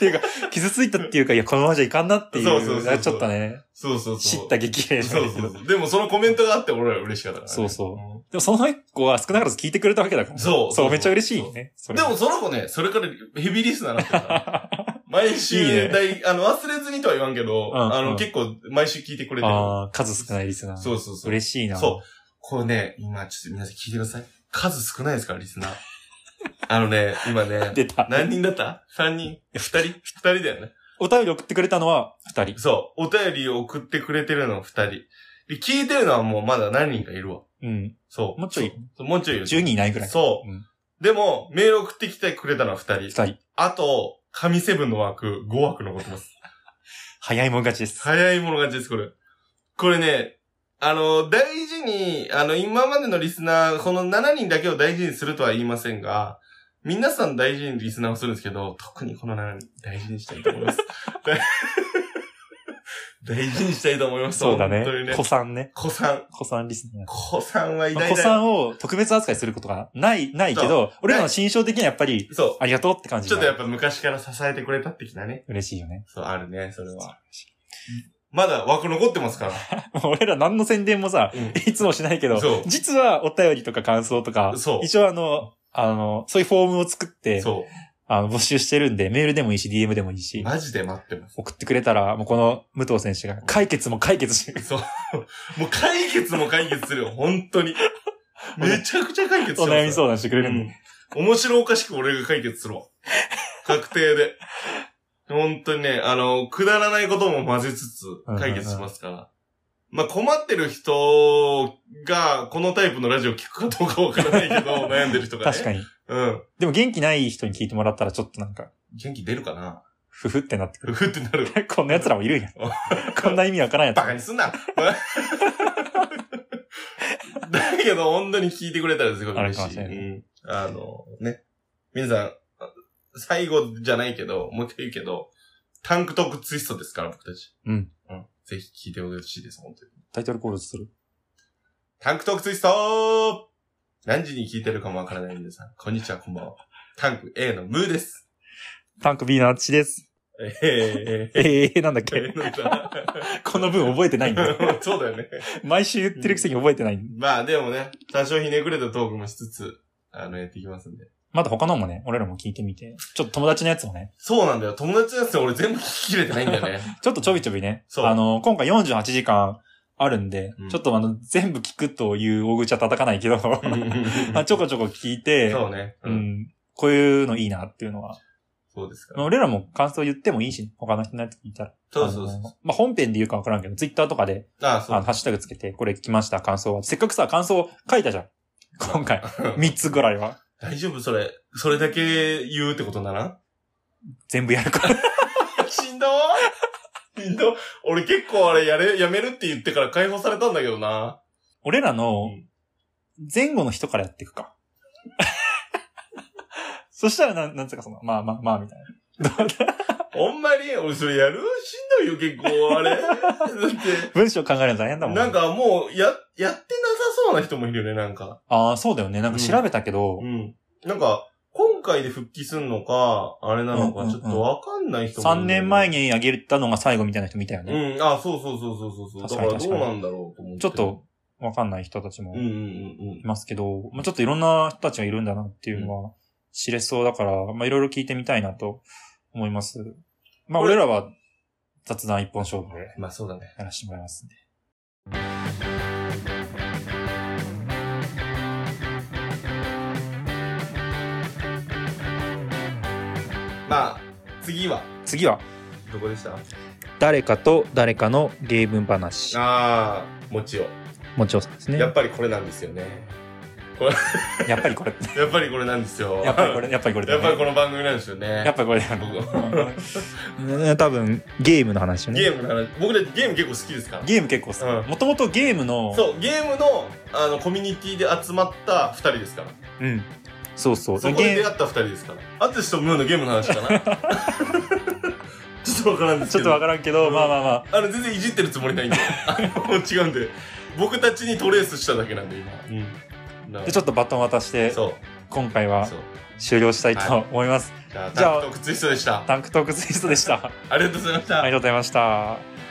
Speaker 2: ていうか、傷ついたっていうか、いや、このままじゃいかんなっていう。
Speaker 1: そうそうそうそう
Speaker 2: ちょっとね、
Speaker 1: そうそう
Speaker 2: 知
Speaker 1: そう。
Speaker 2: った激励だ
Speaker 1: そう
Speaker 2: け
Speaker 1: そう
Speaker 2: ど。
Speaker 1: そう。でもそのコメントがあって俺は嬉しかったから、ね。
Speaker 2: そうそう
Speaker 1: うん。
Speaker 2: もその一個は少なからず聞いてくれたわけだから。
Speaker 1: そう
Speaker 2: そ
Speaker 1: そう
Speaker 2: う、めっちゃ嬉しいね。それ
Speaker 1: でもその子ね、それからヘビーリスナーになってるから。
Speaker 2: [laughs] あ
Speaker 1: 毎
Speaker 2: いいね
Speaker 1: 週大、あの、忘れずにとは言わんけど、
Speaker 2: うん
Speaker 1: あ
Speaker 2: う
Speaker 1: の、
Speaker 2: ん
Speaker 1: 結構毎週聞いてくれてる。
Speaker 2: あー、数少ないリスナー。
Speaker 1: そうそうそう。
Speaker 2: 嬉しいな。
Speaker 1: そう。これね、今ちょっと皆さん聞いてください。数少ないですから、リスナー。 [laughs] あのね、今ね、
Speaker 2: 出た。
Speaker 1: 何人だった ?3 人 ?2 人 ?2 人だよね。
Speaker 2: お便り送ってくれたのは二人。
Speaker 1: そう。お便りを送ってくれてるの2人。で、聞いてるのはもうまだ何人かいるわ。
Speaker 2: うん。
Speaker 1: そう。
Speaker 2: もうちょい
Speaker 1: そう。もうちょいいる。
Speaker 2: 10人いないぐらい。
Speaker 1: そ
Speaker 2: うん。
Speaker 1: う。でも、メール送ってきてくれたのは2
Speaker 2: 二
Speaker 1: 人。
Speaker 2: 人。
Speaker 1: あと、神セブンの枠、5枠残ってます。
Speaker 2: [laughs] 早いもん勝ちです。
Speaker 1: 早いもの勝ちです、これ。これね、あの、大事に、あの、今までのリスナー、この7人だけを大事にするとは言いませんが、皆さん大事にリスナーをするんですけど、特にこの7人、大事にしたいと思います。 [laughs] 大事にしたいと思います。
Speaker 2: そうだね
Speaker 1: 本当に。ね
Speaker 2: 子。さんね。
Speaker 1: 子さん。
Speaker 2: 子さんリスナー。
Speaker 1: 子さんは偉
Speaker 2: まあ
Speaker 1: 大
Speaker 2: 子
Speaker 1: だよ。
Speaker 2: さんを特別扱いすることがない、ないけど、俺らの心象的にはやっぱり、
Speaker 1: そ
Speaker 2: ありがとうって感
Speaker 1: う。
Speaker 2: じ
Speaker 1: ちょっとやっ
Speaker 2: が
Speaker 1: ぱ昔から支えてくれた的なね。
Speaker 2: 嬉しいよね。 [laughs]
Speaker 1: そう、あるね、それは。まだ枠残ってますから。
Speaker 2: 俺ら何の宣伝もさ、
Speaker 1: うん
Speaker 2: いつもしないけど
Speaker 1: そう、
Speaker 2: 実はお便りとか感想とか、
Speaker 1: そう
Speaker 2: 一応あの、あの、そういうフォームを作って、
Speaker 1: そ。
Speaker 2: あの募集してるんで、メールでもいいし、DM でもいいうし、
Speaker 1: マジで待ってます。
Speaker 2: 送ってくれたら、もうこの武藤選手が解決も解決してくれ
Speaker 1: [laughs]
Speaker 2: る。
Speaker 1: そう。もう解決も解決するよ、本
Speaker 2: [laughs]
Speaker 1: 当に。めちゃくちゃ解決する。
Speaker 2: お悩み
Speaker 1: う。
Speaker 2: 相談してくれるんで、
Speaker 1: うん。面白おかしく俺が解決するわ。確定で。本当にね、あの、くだらないことも混ぜつつ解決しますから。まあ、困ってる人が、このタイプのラジオ聞くかどうかわからないけ
Speaker 2: [laughs]
Speaker 1: ど、悩んでる人がね。
Speaker 2: 確かに。
Speaker 1: うん。
Speaker 2: でも元気ない人に聞いてもらったらちょっとなんか、
Speaker 1: 元気出るかな
Speaker 2: ふふってなって
Speaker 1: ふ
Speaker 2: く
Speaker 1: ふってなる。
Speaker 2: る。こんな奴らもいるんや。こんな意味わからんやつ
Speaker 1: バ。カにすんな [laughs] だけど、本当に聞いてくれたらすごい嬉し
Speaker 2: あ
Speaker 1: い。
Speaker 2: りがとうござい
Speaker 1: うんあの、ね。皆さん、最後じゃないけど、もう一回言うけど、タンクトークツイストですから、僕たち。
Speaker 2: うん。
Speaker 1: うん。ぜひ聞いてほしいです、本当に。
Speaker 2: タイトルコールする。
Speaker 1: タンクトークツイスト何時に聞いてるかもわからない皆さん。こんにちは、こんばんは。タンク A のムーです。
Speaker 2: タンク B のあっちです。
Speaker 1: えー、え
Speaker 2: ええなんだっ
Speaker 1: ー、 [laughs] え
Speaker 2: け。
Speaker 1: ー、なんだ
Speaker 2: この文覚えてないんだ。
Speaker 1: [laughs] そうだよね。
Speaker 2: [laughs] 毎週言ってるくせに覚えてない。
Speaker 1: まあでもね、多少ひねくれたトークもしつつ、あの、やっていきますんで。
Speaker 2: まだ他のもね、俺らも聞いてみて。ちょっと友達のやつもね、
Speaker 1: そうなんだよ。友達のやつ俺全部聞き切れてないんだよね。 [laughs]
Speaker 2: ちょっとちょびちょびね。
Speaker 1: そう
Speaker 2: あの、今回48時間あるんで、
Speaker 1: うん
Speaker 2: ちょっとあの、全部聞くという大口は叩かないけど、 [laughs] まあちょこちょこ聞いて、
Speaker 1: そうね。
Speaker 2: う、
Speaker 1: うんん。
Speaker 2: こういうのいいなっていうのは。
Speaker 1: そうですから。
Speaker 2: 俺らも感想言ってもいいし、他の人のやつ聞いたら。
Speaker 1: そうそうそ
Speaker 2: あ
Speaker 1: う。
Speaker 2: のまあ本編で言うかわからんけど、ツイッターとかで、
Speaker 1: ああ、
Speaker 2: あの、
Speaker 1: そ
Speaker 2: ハッシュタグつけて、これ聞きました、感想は。せっかくさ、感想書いたじゃん。今
Speaker 1: [laughs]
Speaker 2: 回。
Speaker 1: う。
Speaker 2: 3つぐらいは。
Speaker 1: 大丈夫それ。それだけ言うってことなら
Speaker 2: 全部やるから。
Speaker 1: [laughs] しんどーしんど俺結構あれやれ、やめるって言ってから解放されたんだけどな。
Speaker 2: 俺らの
Speaker 1: うん、
Speaker 2: 前後の人からやっていくか。
Speaker 1: [laughs]
Speaker 2: そしたら、なん、なんつうかその、まあまあまあ、みたいな。
Speaker 1: ほんまに俺それやるしんどいよ結構あ
Speaker 2: [laughs]
Speaker 1: れ。だって、
Speaker 2: 文章考えるの大変だもん。
Speaker 1: なんかもう、や、やってなさそうな人もいるよね、なんか。
Speaker 2: ああ、そうだよね。なんか調べたけど、
Speaker 1: うん。なんか、今回で復帰すんのか、あれなの
Speaker 2: う
Speaker 1: か、
Speaker 2: んうん
Speaker 1: ち
Speaker 2: う
Speaker 1: ょ
Speaker 2: ん
Speaker 1: っとわかんない人もい
Speaker 2: 3
Speaker 1: るんだよね
Speaker 2: 年前。にあげたのが最後みたいな人みたいよね。
Speaker 1: うん、あ、そうそうそうそうそう。
Speaker 2: 確
Speaker 1: だ
Speaker 2: か
Speaker 1: か
Speaker 2: に
Speaker 1: らどうなんだろうと思って。
Speaker 2: ちょっと。、わかんない人たちも
Speaker 1: うんうん
Speaker 2: い
Speaker 1: うんうん。
Speaker 2: ますけど、まあちょっといろんな人たちがいるんだなっていうのは知れそうだから、まあいろいろ聞いてみたいなと思います。まあ
Speaker 1: これ
Speaker 2: 俺らは雑談一本勝負で
Speaker 1: まあそうだね。
Speaker 2: やらせてもらいますんで。
Speaker 1: まあ、次は、
Speaker 2: 次は、
Speaker 1: どこでした
Speaker 2: 誰かと誰かのゲーム話。
Speaker 1: あー、もちよ。
Speaker 2: もちろんですね。
Speaker 1: やっ
Speaker 2: や
Speaker 1: ぱりこれなんですよね。
Speaker 2: っぱりこれ。
Speaker 1: やっぱりこれなんですよ。
Speaker 2: [laughs] やっぱりこ。れ。やっぱりこれだ
Speaker 1: や
Speaker 2: よ
Speaker 1: っ
Speaker 2: ね。
Speaker 1: ぱりこの番組なんですよね。
Speaker 2: やっぱりこれだよね。うん多分、ゲームの話よね。
Speaker 1: ゲームの話、僕らゲーム結構好きですから。
Speaker 2: ゲーム結構好
Speaker 1: う
Speaker 2: き。もともとゲームの、
Speaker 1: そう、ゲームの、あの、コミュニティで集まった二人ですから。
Speaker 2: うん。そうそう。
Speaker 1: そこで
Speaker 2: ゲ
Speaker 1: 出
Speaker 2: ー
Speaker 1: 会った二人ですから。アツシとムーのゲームの話かな。 [laughs] ちょっとわからんで
Speaker 2: ム
Speaker 1: す
Speaker 2: ちょ
Speaker 1: けど。
Speaker 2: っとわからんけど、
Speaker 1: うん
Speaker 2: まあまあまあ。
Speaker 1: あの、全然いじってるつもりないんで。あの違うんで。僕たちにトレースしただけなんで、今。うん。だから
Speaker 2: で、ちょっとバトン渡して、
Speaker 1: そう。
Speaker 2: 今回は
Speaker 1: そう。
Speaker 2: 終了したいと思います。
Speaker 1: じゃあ、
Speaker 2: じゃあ
Speaker 1: タンクトークツイストでした。
Speaker 2: タンクトークツイストでした。あ
Speaker 1: ありがとうございました
Speaker 2: りが。とうございました。